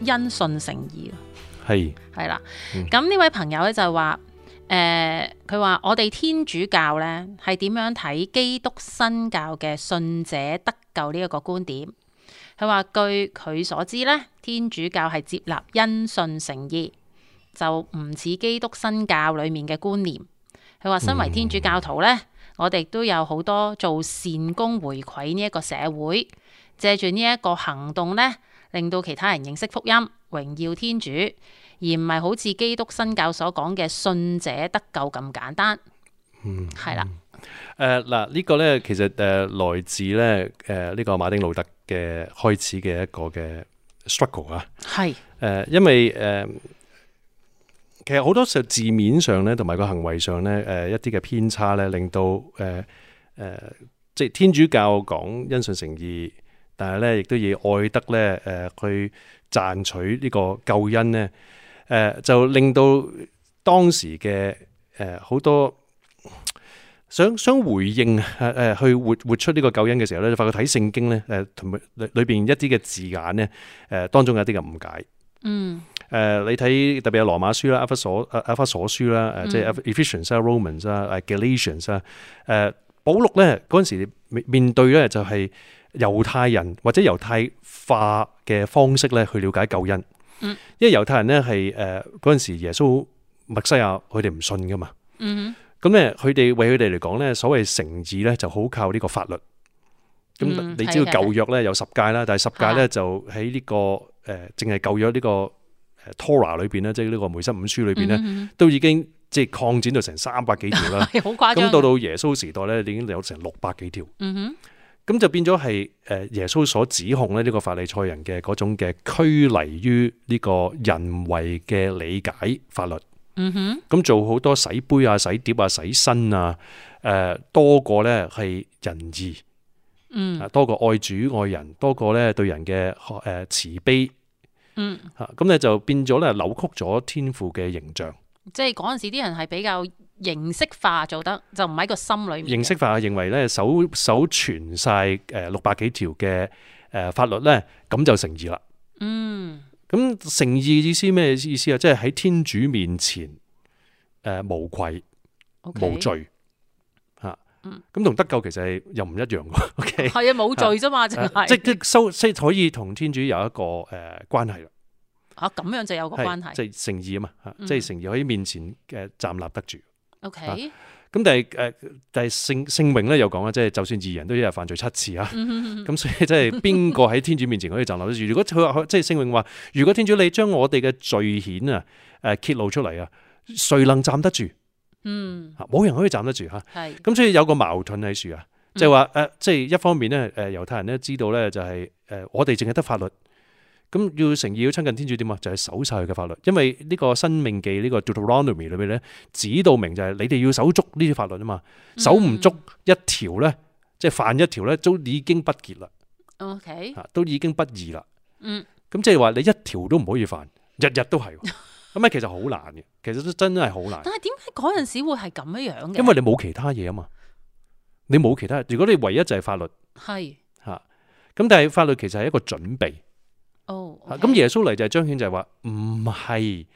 因信誠意係係啦。嗯咁呢、位朋友咧就話，誒佢話我哋天主教咧係點樣睇基督新教嘅信者得救呢一個觀點？佢話據佢所知咧，天主教係接納因信誠意，就唔似基督新教裡面嘅觀念。佢話身為天主教徒咧，我哋都有好多做善功回饋呢一個社會，借住呢一個行動咧，令到其他人認識福音，榮耀天主。而唔係好似基督新教所講嘅信者得救咁簡單。嗯，係啦，誒嗱，呢個咧其實誒來自咧誒呢個馬丁路德嘅開始嘅一個嘅 struggle 啊。係誒，因為誒其實好多時候字面上咧，同埋個行為上咧，誒一啲嘅偏差咧，令到誒誒即係天主教講因信誠意，但係咧亦都以愛德咧誒去賺取呢個救恩咧，誒就令到當時嘅誒好多。想想回應誒誒去活活出呢個救恩嘅時候咧，就發覺睇聖經咧誒呃同埋裏裏邊一啲嘅字眼咧誒當中有一啲嘅誤解。嗯誒、你睇特別係羅馬書啦、阿弗所、阿阿弗所書啦、誒、即係 Ephesians 啦、Romans 啦、誒 Galatians 啦、誒保祿咧嗰陣時面面對咧就係猶太人或者猶太化嘅方式咧去了解救恩，嗯因為猶太人咧係誒嗰陣時耶穌墨西亞佢哋唔信噶嘛，嗯咁咧佢哋為佢哋嚟講咧所謂誠意咧就好靠呢個法律。咁嗯你係知道嘅舊約咧有十戒啦，但係十戒咧嚇就喺呢、個誒淨係舊約呢個。誒 Torah 裏邊咧，即係呢個梅瑟五書裏哼，邊咧，嗯。都已經即係擴展到成三百幾條 啦係好 誇張啊咁嘅。到到耶穌時代咧，已經有成六百幾條。嗯哼，咁就變咗係誒耶穌所指控咧呢個法利賽人嘅嗰種嘅拘泥於呢個人為嘅理解法律。嗯哼，咁做好多洗杯啊、洗碟啊、洗身啊，誒、多過咧係仁義。嗯啊，多過愛主愛人，多過咧對人嘅誒慈悲嗯，嚇，咁咧就變咗咧扭曲咗天父嘅形象，即係嗰陣時啲人係比較形式化做得，就唔喺個心裏面嘅。形式化認為咧手手傳晒誒六百幾條嘅誒法律咧，咁就誠意啦。嗯咁誠意意思咩意思啊？即係喺天主面前誒、呃、無愧 OK 無罪嚇嗯，咁同得救其實係又唔一樣喎。OK， 係啊，冇罪啫嘛，淨誒係即即收即可以同天主有一個誒、呃、關係啦。 啊咁樣就有個係關係。即係誠意啊嘛，嚇嗯即係誠意喺面前嘅站立得住。 O K，咁但係誒，但係聖聖榮咧又講啦，啊即係就算義人都一日犯罪七次啊。咁所以即係邊個喺天主面前可以站立得住？如果佢話即係聖榮話，如果天主你將我哋嘅罪愆啊誒揭露出嚟啊，誰能站得住？嗯啊冇人可以站得住嚇。係咁所以有個矛盾喺處啊，就係話誒，即係一方面咧，誒猶太人咧知道咧就係誒我哋淨係得法律，咁要誠意要親近天主點啊？就係守晒佢嘅法律，因為呢個申命記呢個 Deuteronomy 裏邊咧指到明就係你哋要守足呢啲法律啊嘛，守唔足一條咧，即係犯一條咧，都已經不潔啦， O K，嚇都已經不義啦。嗯咁即係話你一條都唔可以犯，日日都係喎，咁啊其實好難嘅，其實都真係好難。但係點解嗰陣時會係咁樣樣嘅？因為你冇其他嘢啊嘛，你冇其他，如果你唯一就係法律係吓，咁但係法律其實係一個準備哦，吓，啊咁耶穌嚟就係彰顯就係話唔係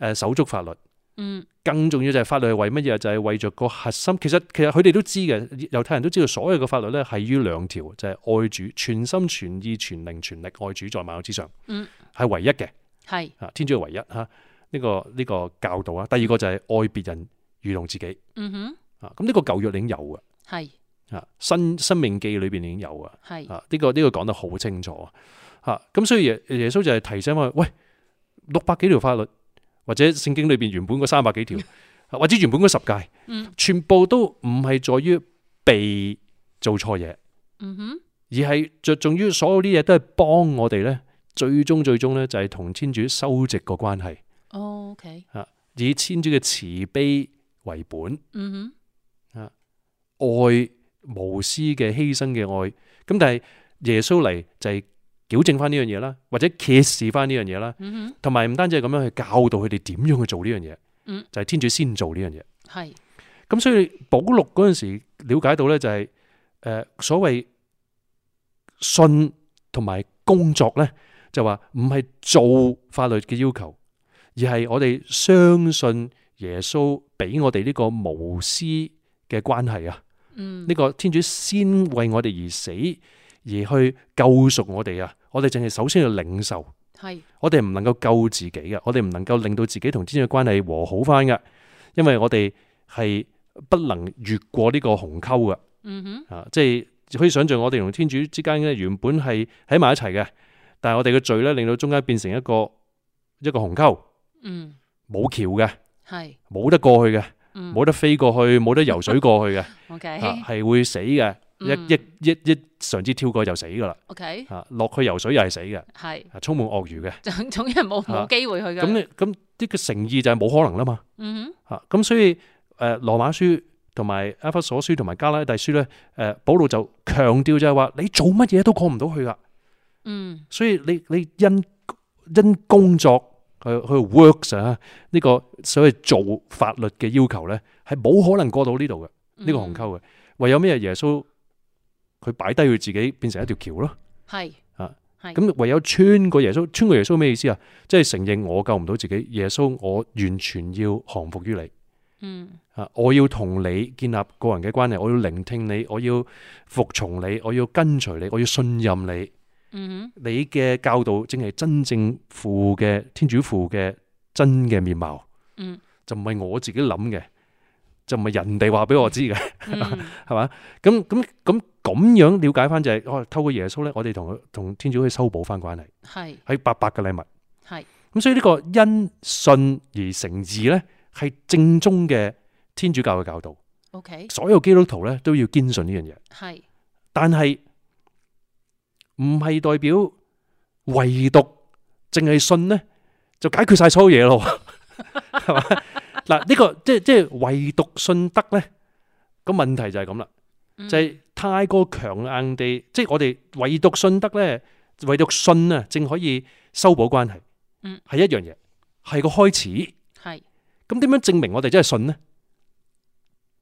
誒手足法律，嗯更重要就係法律係為乜嘢？就係、為着個核心。其實其實佢哋都知嘅，猶太人都知道所有嘅法律咧係於兩條，就係、愛主，全心全意全靈全力愛主在萬有之上，嗯係唯一嘅係吓，天主係唯一吓，呢、個呢、個教導啊。第二個就係愛別人如同自己嗯哼啊，咁呢個舊約已經有嘅。係啊，新生命記裏邊已經有啊，係啊呢、個呢、個講得好清楚啊，嚇咁所以耶耶穌就係提醒我，喂六百幾條法律，或者聖經裏邊原本嗰三百幾條，啊或者原本嗰十戒，嗯全部都唔係在於被做錯嘢，嗯哼。而係着重於所有啲嘢都係幫我哋咧最終最終咧就係同天主修直個關係，哦，OK，以天主嘅慈悲為本，嗯愛無私嘅犧牲嘅愛。咁但係耶穌嚟就係矯正翻呢樣嘢啦，或者揭示翻呢樣嘢啦哼，，嗯同埋唔單止係咁樣去教導佢哋點樣去做呢樣嘢，嗯就係天主先做呢樣嘢。哼，係，咁所以保禄嗰陣時了解到咧、就係誒所謂信同埋工作咧，就話唔係做法律嘅要求，而係我哋相信耶穌俾我哋呢個無私嘅關係啊，嗯，呢、個天主先為我哋而死，而去救贖我哋啊，我哋淨係首先要領受。係，我哋唔能夠救自己嘅，我哋唔能夠令到自己同天主嘅關係和好翻嘅，因為我哋係不能越過呢個鴻溝嘅，嗯哼，啊，即係可以想象我哋同天主之間咧原本係喺埋一齊嘅，但係我哋嘅罪咧令到中間變成一個一個鴻溝，嗯，冇橋嘅，係，冇得過去嘅，嗯冇得飛過去，冇得游水過去嘅， ，OK，啊，係會死嘅，一嗯一一一嘗試跳過就死噶啦， ，OK，啊，落去游水又係死嘅，係， 啊，充滿鱷魚嘅，總 總之係冇冇機會去㗎，啊咁你咁呢個誠意就係冇可能啦嘛。嗯啊，咁所以誒、呃、羅馬書同埋阿弗所書同埋加拉底書咧，誒、保羅就強調就係話你做乜嘢都過唔到去噶，哼，嗯，所以你你因因工作去去 works 啊呢、個所謂做法律嘅要求咧，係冇可能過到呢度嘅呢個鴻溝嗯，嘅，唯有咩耶穌佢擺低佢自己變成一條橋咯。係，啊，係，咁唯有穿過耶穌，穿過耶穌咩意思啊？即係承認我救唔到自己，耶穌我完全要降服於你。嗯，啊！我要同你建立個人嘅關係，我要聆聽你，我要服從你，我要跟隨你，我要信任你。嗯哼，你嘅教導正係真正父嘅天主父嘅真嘅面貌，嗯，就唔係我自己諗嘅，就唔係人哋話俾我知嘅，嗯， 係嘛？咁咁咁咁樣了解翻就係、哦，透過耶穌咧，我哋同佢同天主去修補翻關係，係，係白白嘅禮物。係，咁所以呢個因信而成義咧，係正宗嘅天主教嘅教導。 OK，所有基督徒咧都要堅信呢樣嘢，係，但係唔係代表唯獨淨係信咧就解決晒所有嘢咯， 係嘛？嗱，呢個即係即係唯獨信德咧個問題就係咁啦，嗯就係太過強硬地，即係我哋唯獨信德咧，唯獨信啊，正可以修補關係，嗯，係一樣嘢，係個開始。係，咁點樣證明我哋真係信呢？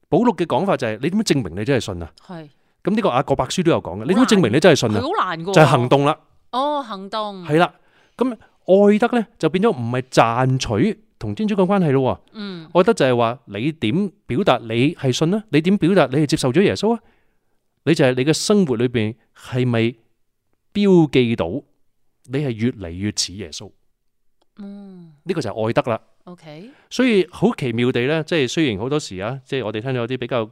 保禄嘅講法就係、你點樣證明你真係信啊？係，咁呢個雅各伯書都有講嘅，你點好樣難證明你真係信佢啊？好難㗎，就係行，動啦，哦，行動，係啦。咁愛德呢，就變咗唔係賺取同天主嘅關係咯喎。嗯，愛德就係話你點表達你係信啦，你點表達你係接受咗耶穌啊？你就係你嘅生活裏邊係咪標記到你係越嚟越似耶穌？嗯呢、個就係愛德啦。 ，OK，所以好奇妙地咧，即係雖然好多時啊，即係我哋聽到有啲比較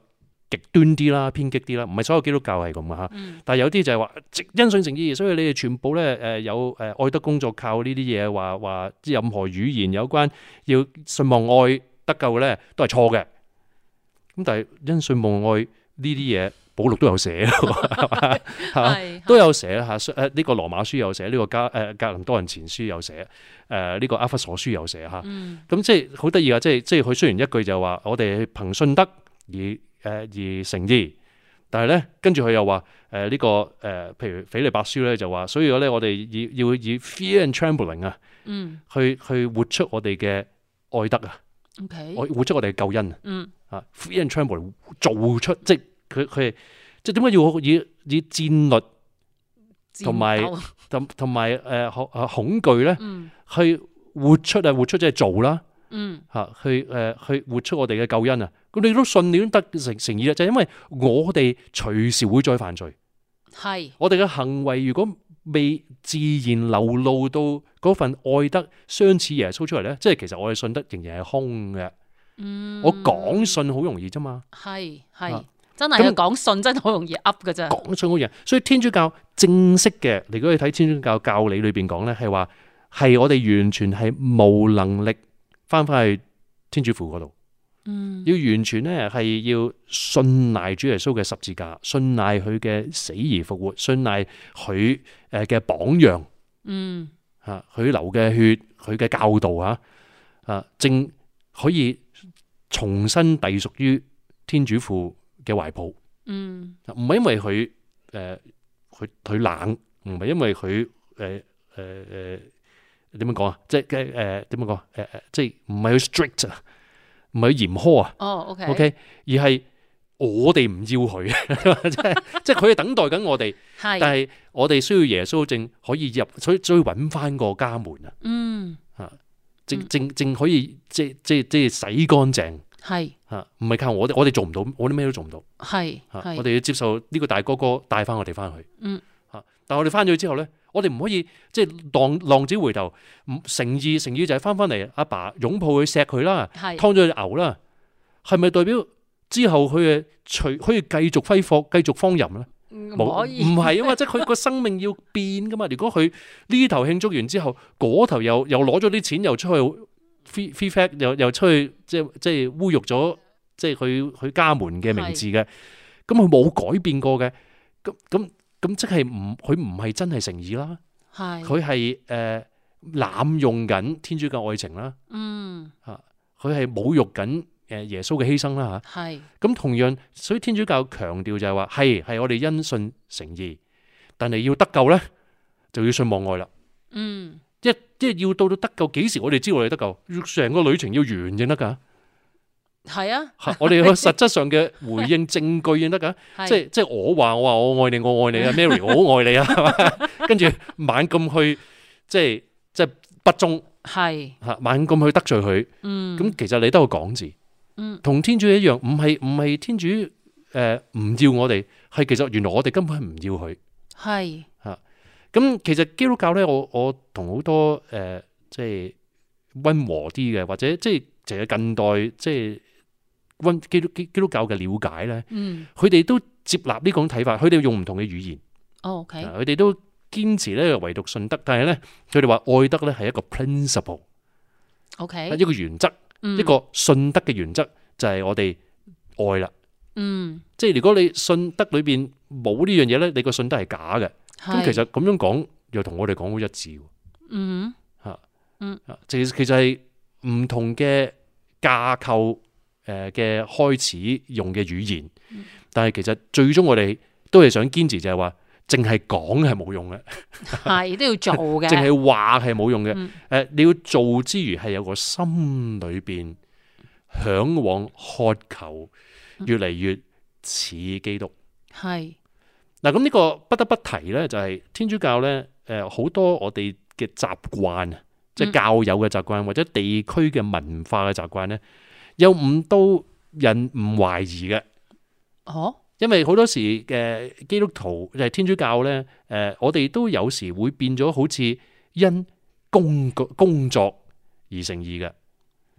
極端啲啦、偏激啲啦，唔係所有基督教係咁嘅啊嚇。嗯，但係有啲就係話直因信誠意，所以你哋全部咧誒有誒愛德工作靠呢啲嘢，話話即係任何語言有關要信望愛得救咧，都係錯嘅。咁但係因信望愛呢啲嘢，保祿都有寫咯，係嘛係嘛？係，啊都有寫嚇，誒呢、個羅馬書有寫，呢、個加誒、格林多人前書有寫，誒、呢、個阿弗所書有寫嚇。嗯，咁即係好得意啊！即係即係佢雖然一句就話我哋憑信德而誒、呃而成義，但係咧跟住佢又話誒呢個誒、呃譬如斐理伯書咧就話，所以咧我哋要要以 fear and trembling 啊，嗯去去活出我哋嘅愛德啊， ，OK，我活出我哋嘅救恩啊嗯，啊，fear and trembling 做出即係佢佢即係點解要以以戰略同埋戰鬥同同埋誒恐誒恐懼咧嗯去活出啊活出即係做啦。嗯嚇，去誒、呃去活出我哋嘅救恩啊！咁你都信，你都得成成義啦，就係、因為我哋隨時會再犯罪，係，我哋嘅行為如果未自然流露到嗰份愛德相似耶穌出嚟咧，即係其實我哋信德仍然係空嘅。嗯，我講信好容易啫嘛，係係啊真係咁要講信真係好容易噏㗎咋，講信好容易。所以天主教正式嘅，你如果去睇天主教教理裏邊講咧，係話係我哋完全係冇能力翻返去天主父嗰度。嗯要完全咧係要信賴主耶穌嘅十字架，信賴佢嘅死而復活，信賴佢誒嘅榜樣嗯啊，佢流嘅血，佢嘅教導啊，啊，正可以重新隸屬於天主父嘅懷抱。嗯唔係因為佢誒佢佢冷，唔係因為佢誒誒誒點樣講啊？即係誒誒點樣講？誒、誒，即係唔係佢 strict 啊，唔係佢嚴苛啊。哦，OK， OK，而係我哋唔要佢， 即係即係佢係等待緊我哋，係，但係我哋需要耶穌正可以入，所以所以揾翻個家門啊，嗯正嗯正正可以即即即係洗乾淨係啊，唔係靠我哋，我哋做唔到，我哋咩都做唔到。係啊係，我哋要接受呢個大哥哥帶翻我哋翻去。嗯啊，但係我哋翻咗去之後咧，我哋唔可以即係浪浪子回頭，唔誠意誠意就係翻翻嚟阿爸擁抱佢錫佢啦，劏係咗只牛啦，係咪代表之後佢嘅隨可以繼續揮霍、繼續荒淫咧？唔可以唔係啊嘛，即係佢個生命要變噶嘛。如果佢呢頭慶祝完之後，嗰頭又又攞咗啲錢又出去 free free fact，又又出去即係即係侮辱咗即係佢佢家門嘅名字嘅，咁佢冇改變過嘅，咁咁咁即係唔佢唔係真係誠意啦，係，佢係誒濫用緊天主嘅愛情啦，嗯佢係侮辱緊誒耶穌嘅犧牲啦嚇。係咁同樣，所以天主教強調就係話，係係我哋因信誠意，但係要得救呢，就要信望愛啦。嗯即即係要到到得救幾時，我哋知道我哋得救，要成個旅程要完先得㗎。係啊，嚇我哋有實質上嘅回應證據先得㗎。即係係即係我話我話我愛你，我愛你啊，Mary，我好愛你啊，係嘛？跟住猛咁去即係即係不忠係嚇，猛咁去得罪佢。嗯咁其實你都係講字，嗯同天主一樣，唔係唔係天主誒唔、要我哋，係其實原來我哋根本係唔要佢。係咁其實基督教咧，我我同好多誒、呃即係温和啲嘅，或者即係其實近代即係温基督基基督教嘅了解咧，嗯佢哋都接納呢種睇法，佢哋用唔同嘅語言，哦，OK，啊佢哋都堅持咧唯獨信德，但係咧佢哋話愛德咧係一個 principle， OK，啊一個原則。一一個信德嘅原則就係我哋愛啦。嗯，即係如果你信德裏邊冇呢樣嘢咧，你個信德係假嘅。咁咁其實咁樣講又同我哋講好一致喎。嗯啊其實其實係唔同嘅架構誒嘅開始用嘅語言，嗯但係其實最終我哋都係想堅持就係話，淨係講係冇用嘅， 係都要做嘅，淨係話係冇用嘅。誒、嗯你要做之餘係有個心裏邊向往、渴求，嗯越嚟越似基督。係嗱，咁呢個不得不提咧，就係天主教咧，誒好多我哋嘅習慣啊，即嗯係教友嘅習慣，或者地區嘅文化嘅習慣咧，又唔到人唔懷疑嘅，哦，因為好多時嘅基督徒就係天主教咧，誒我哋都有時會變咗好似因工作工作而成義嘅。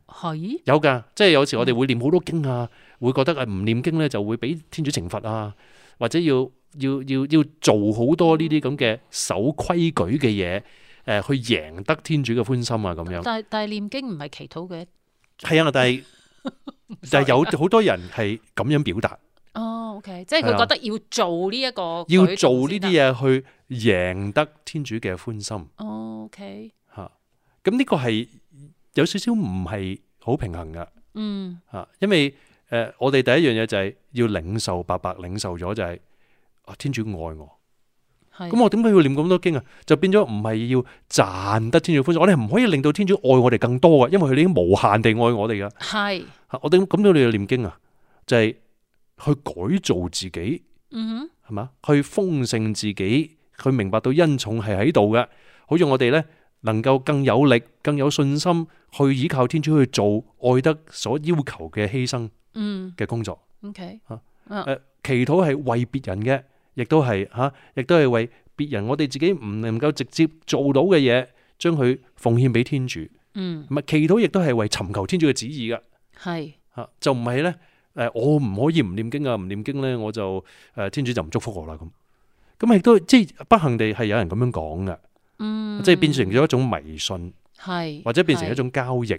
係有噶，即係有時我哋會念好多經啊，會覺得啊唔念經咧就會俾天主懲罰啊，或者要要要要做好多呢啲咁嘅守規矩嘅嘢，誒、呃去贏得天主嘅歡心啊咁樣。但係但係念經唔係祈禱嘅，係啊，但 係但係有好多人係咁樣表 達，哦，OK，即係係啊佢覺得要做呢一個舉要動做呢啲先得嘢去贏得天主嘅歡心哦，OK，嚇。咁呢個係有少少唔係好平衡噶。嗯啊，因為誒、呃我哋第一樣嘢就係要領受，白白領受咗就係、啊，天主愛我。係咁我點解要念咁多經啊？就變咗唔係要賺得天主歡心，我哋係唔可以令到天主愛我哋更多嘅，因為佢已經無限地愛我哋噶。係啊我哋咁咁，我哋要念經啊，就係、去改造自己，嗯哼係嘛？去豐盛自己，去明白到恩寵係喺度嘅，好似我哋咧能夠更有力、更有信心去依靠天主去做愛德所要求嘅犧牲嗯嘅工作。 OK 啊啊誒祈禱係為別人嘅，亦都係嚇，啊亦都係為別人。我哋自己唔能夠直接做到嘅嘢，將佢奉獻俾天主。嗯唔係祈禱，亦都係為尋求天主嘅旨意㗎。係嚇、啊就唔係咧誒，我唔可以唔念經啊！唔念經咧，我就誒、天主就唔祝福我啦咁。咁亦都即係不幸地係有人咁樣講㗎，嗯即係變成咗一種迷信，係或者變成一係種交易。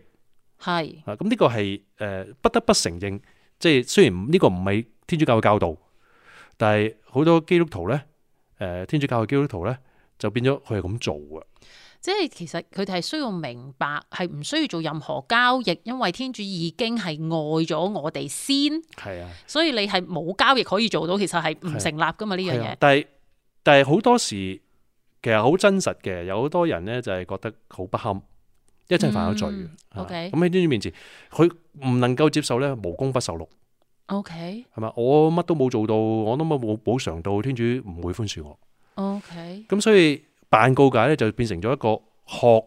係啊，咁呢個係誒、呃不得不承認，即係雖然呢個唔係天主教嘅教導，但係好多基督徒咧，誒、天主教嘅基督徒咧，就變咗佢係咁做啊。即係其實佢哋係需要明白，係唔需要做任何交易，因為天主已經係愛咗我哋先，係啊，所以你係冇交易可以做到，其實係唔成立噶嘛呢樣係啊嘢。但係但係好多時其實好真實嘅，有好多人咧就係覺得好不堪，一陣犯咗罪嘅嗯。OK 咁喺天主面前，佢唔能夠接受咧無功不受祿， O K 係啊咪？我乜都冇做到，我都冇補償到，天主唔會寬恕我。 O K，咁所以辦告解咧就變成咗一個學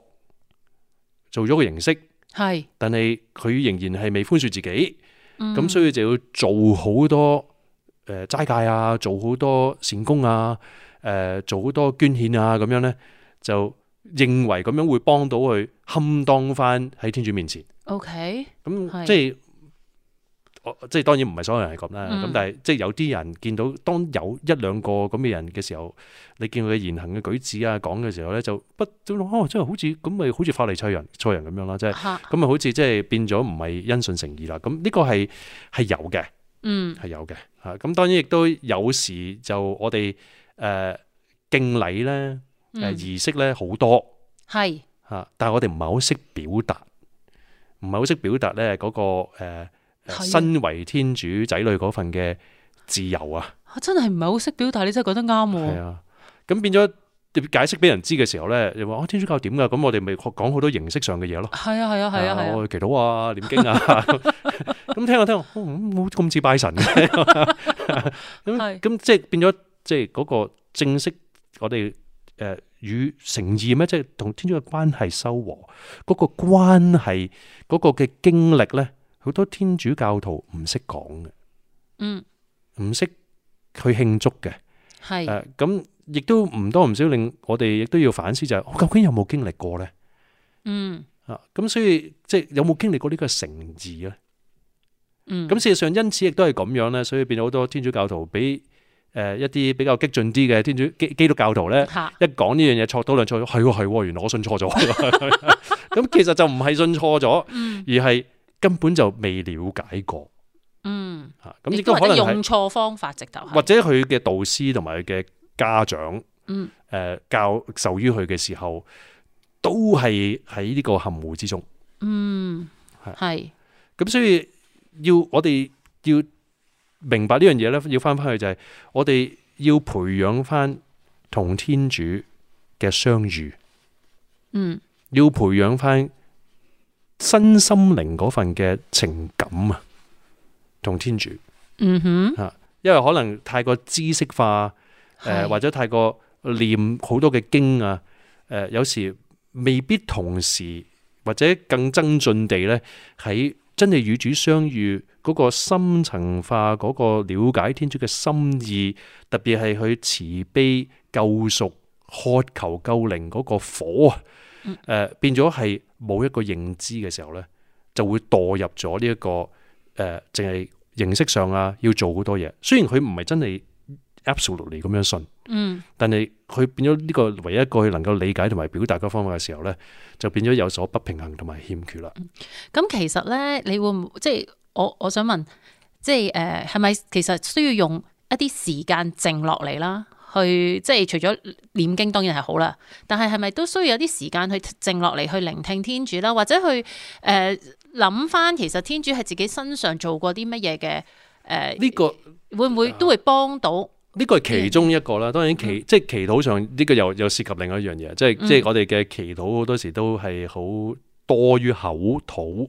做咗個形式，係但係佢仍然係未寬恕自己，咁咁所以就要做好多誒齋戒啊，做好多善功啊，誒、做好多捐獻啊，咁樣咧就認為咁樣會幫到佢堪當翻喺天主面前。 O K 係咁即係我即係當然唔係所有人係咁啦，咁、嗯但係即係有啲人見到當有一兩個咁嘅人嘅時候，你見佢嘅言行嘅舉止啊，講嘅時候咧，就不都哦，真係好似咁咪好似法利賽人賽人咁樣啦，即係嚇咁咪啊好似即係變咗唔係因信誠意啦。咁呢個係係有嘅，嗯係有嘅嚇。咁當然亦都有時就我哋誒、呃敬禮咧誒嗯儀式咧好多。係吓，但係我哋唔係好識表達，唔係好識表達咧嗰個誒、呃係啊身為天主仔女嗰份嘅自由啊，我真係唔係好識表達，你真係講得啱係喎。啊，咁變咗你解釋俾人知嘅時候咧，你話哦天主教點噶，咁我哋咪講好多形式上嘅嘢咯。係啊係啊係啊係啊，我去祈禱啊，念經 啊，咁聽我聽我，哦冇咁似拜神嘅，咁係咁即係變咗，即係嗰個正式我哋誒與誠意咩，即係同天主嘅關係修和，嗰、個關係嗰、個嘅經歷咧，好多天主教徒唔識講嘅，嗯唔識去慶祝嘅，係誒咁亦都唔多唔少令我哋亦都要反思就係、我究竟有冇經歷過咧？嗯啊，咁所以即係有冇經歷過呢個誠意咧？啊嗯咁事實上，因此亦都係咁樣咧，所以變咗好多天主教徒俾誒一啲比較激進啲嘅天主基基督教徒咧，嚇一講呢樣嘢錯到兩錯咗，係喎係喎，原來我信錯咗。 咁其實就唔係信錯咗，嗯而係根本就未了解過嗯，嚇。咁咁亦亦都都可可能能係用錯方法，直頭係或者佢嘅導師同埋佢嘅家長，嗯誒教授於佢嘅時候，都係喺呢個含糊之中。嗯係係咁所以要我哋要明白呢樣嘢咧，要翻翻去就係我哋要培養翻同天主嘅相遇，嗯要培養翻身心靈嗰份嘅情感啊，同天主，嗯哼因為可能太過知識化，誒、係呃或者太過念好多嘅經啊，誒、有時未必同時或者更增進地咧，喺真係與主相遇嗰個深層化嗰個了解天主嘅心意，特別係佢慈悲救贖、渴求救靈嗰個火啊，誒、變咗係冇一個認知嘅時候咧，就會墮入咗呢一個誒，淨、係形式上啊，要做好多嘢。雖然佢唔係真係 absolutely 咁樣信。嗯但係佢變咗呢個唯一一個佢能夠理解同埋表達嗰方面嘅時候咧，就變咗有所不平衡同埋欠缺啦。嗯咁其實咧，你會唔即係我我想問，即係誒係咪其實需要用一啲時間靜落嚟啦？去即係除咗念經當然係好啦，但係係咪都需要有啲時間去靜落嚟去聆聽天主啦，或者去誒諗翻其實天主喺自己身上做過啲乜嘢嘅誒？呢、個會唔會都會幫到？呢、個係其中一個啦。當然嗯祈、即係祈禱上呢、個又又涉及另外一樣嘢，即係、即係我哋嘅祈禱好多時都係好多於口禱、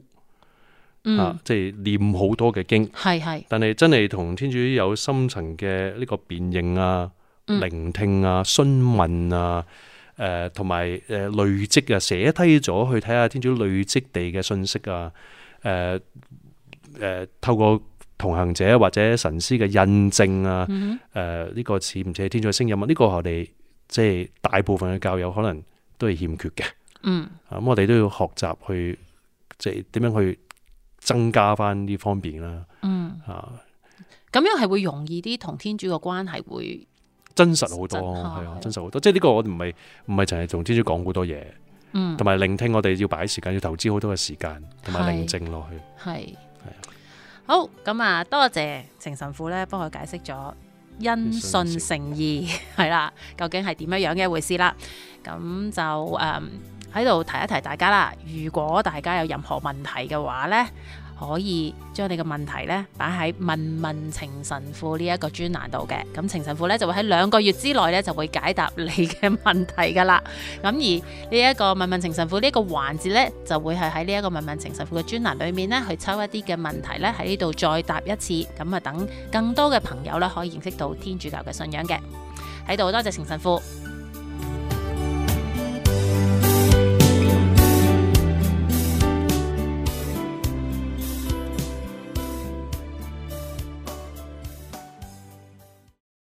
嗯啊，，即係念好多嘅經，係係但係真係同天主有深層嘅呢個辨認啊、嗯聆聽啊、詢問啊。誒同埋誒累積啊，寫低咗去睇下天主累積地嘅信息啊，誒、誒、透過同行者或者神師嘅印證啊，誒呢、個似唔似係天主嘅聲音啊？呢、個我哋即係大部分嘅教友可能都係欠缺嘅。嗯啊，咁我哋都要學習去即係點樣去增加翻呢方面啦。嗯，啊，咁樣係會容易啲同天主嘅關係會真實好多，真係啊係，真實好多。即係呢個我哋唔係唔係淨係同天主講好多嘢，嗯同埋聆聽我哋要擺時間，要投資好多嘅時間，同埋寧靜落去。係啊好咁啊！多謝程神父咧，幫我解釋咗因信誠意 係啦，究竟係點樣樣嘅一回事啦？咁就誒喺度提一提大家啦。如果大家有任何問題嘅話呢，可以將你嘅問題呢擺喺問問情神父呢一個專欄度嘅。咁情神父呢就會喺兩個月之內呢就會解答你嘅 問題噶啦。咁而呢一個問問情神父呢一個環節呢，就會係喺呢一個問問情神父嘅專欄裏面呢，去抽一啲嘅問題呢喺呢度再答一次，咁啊等更多嘅朋友呢可以認識到天主教嘅信仰嘅。喺度多謝情神父。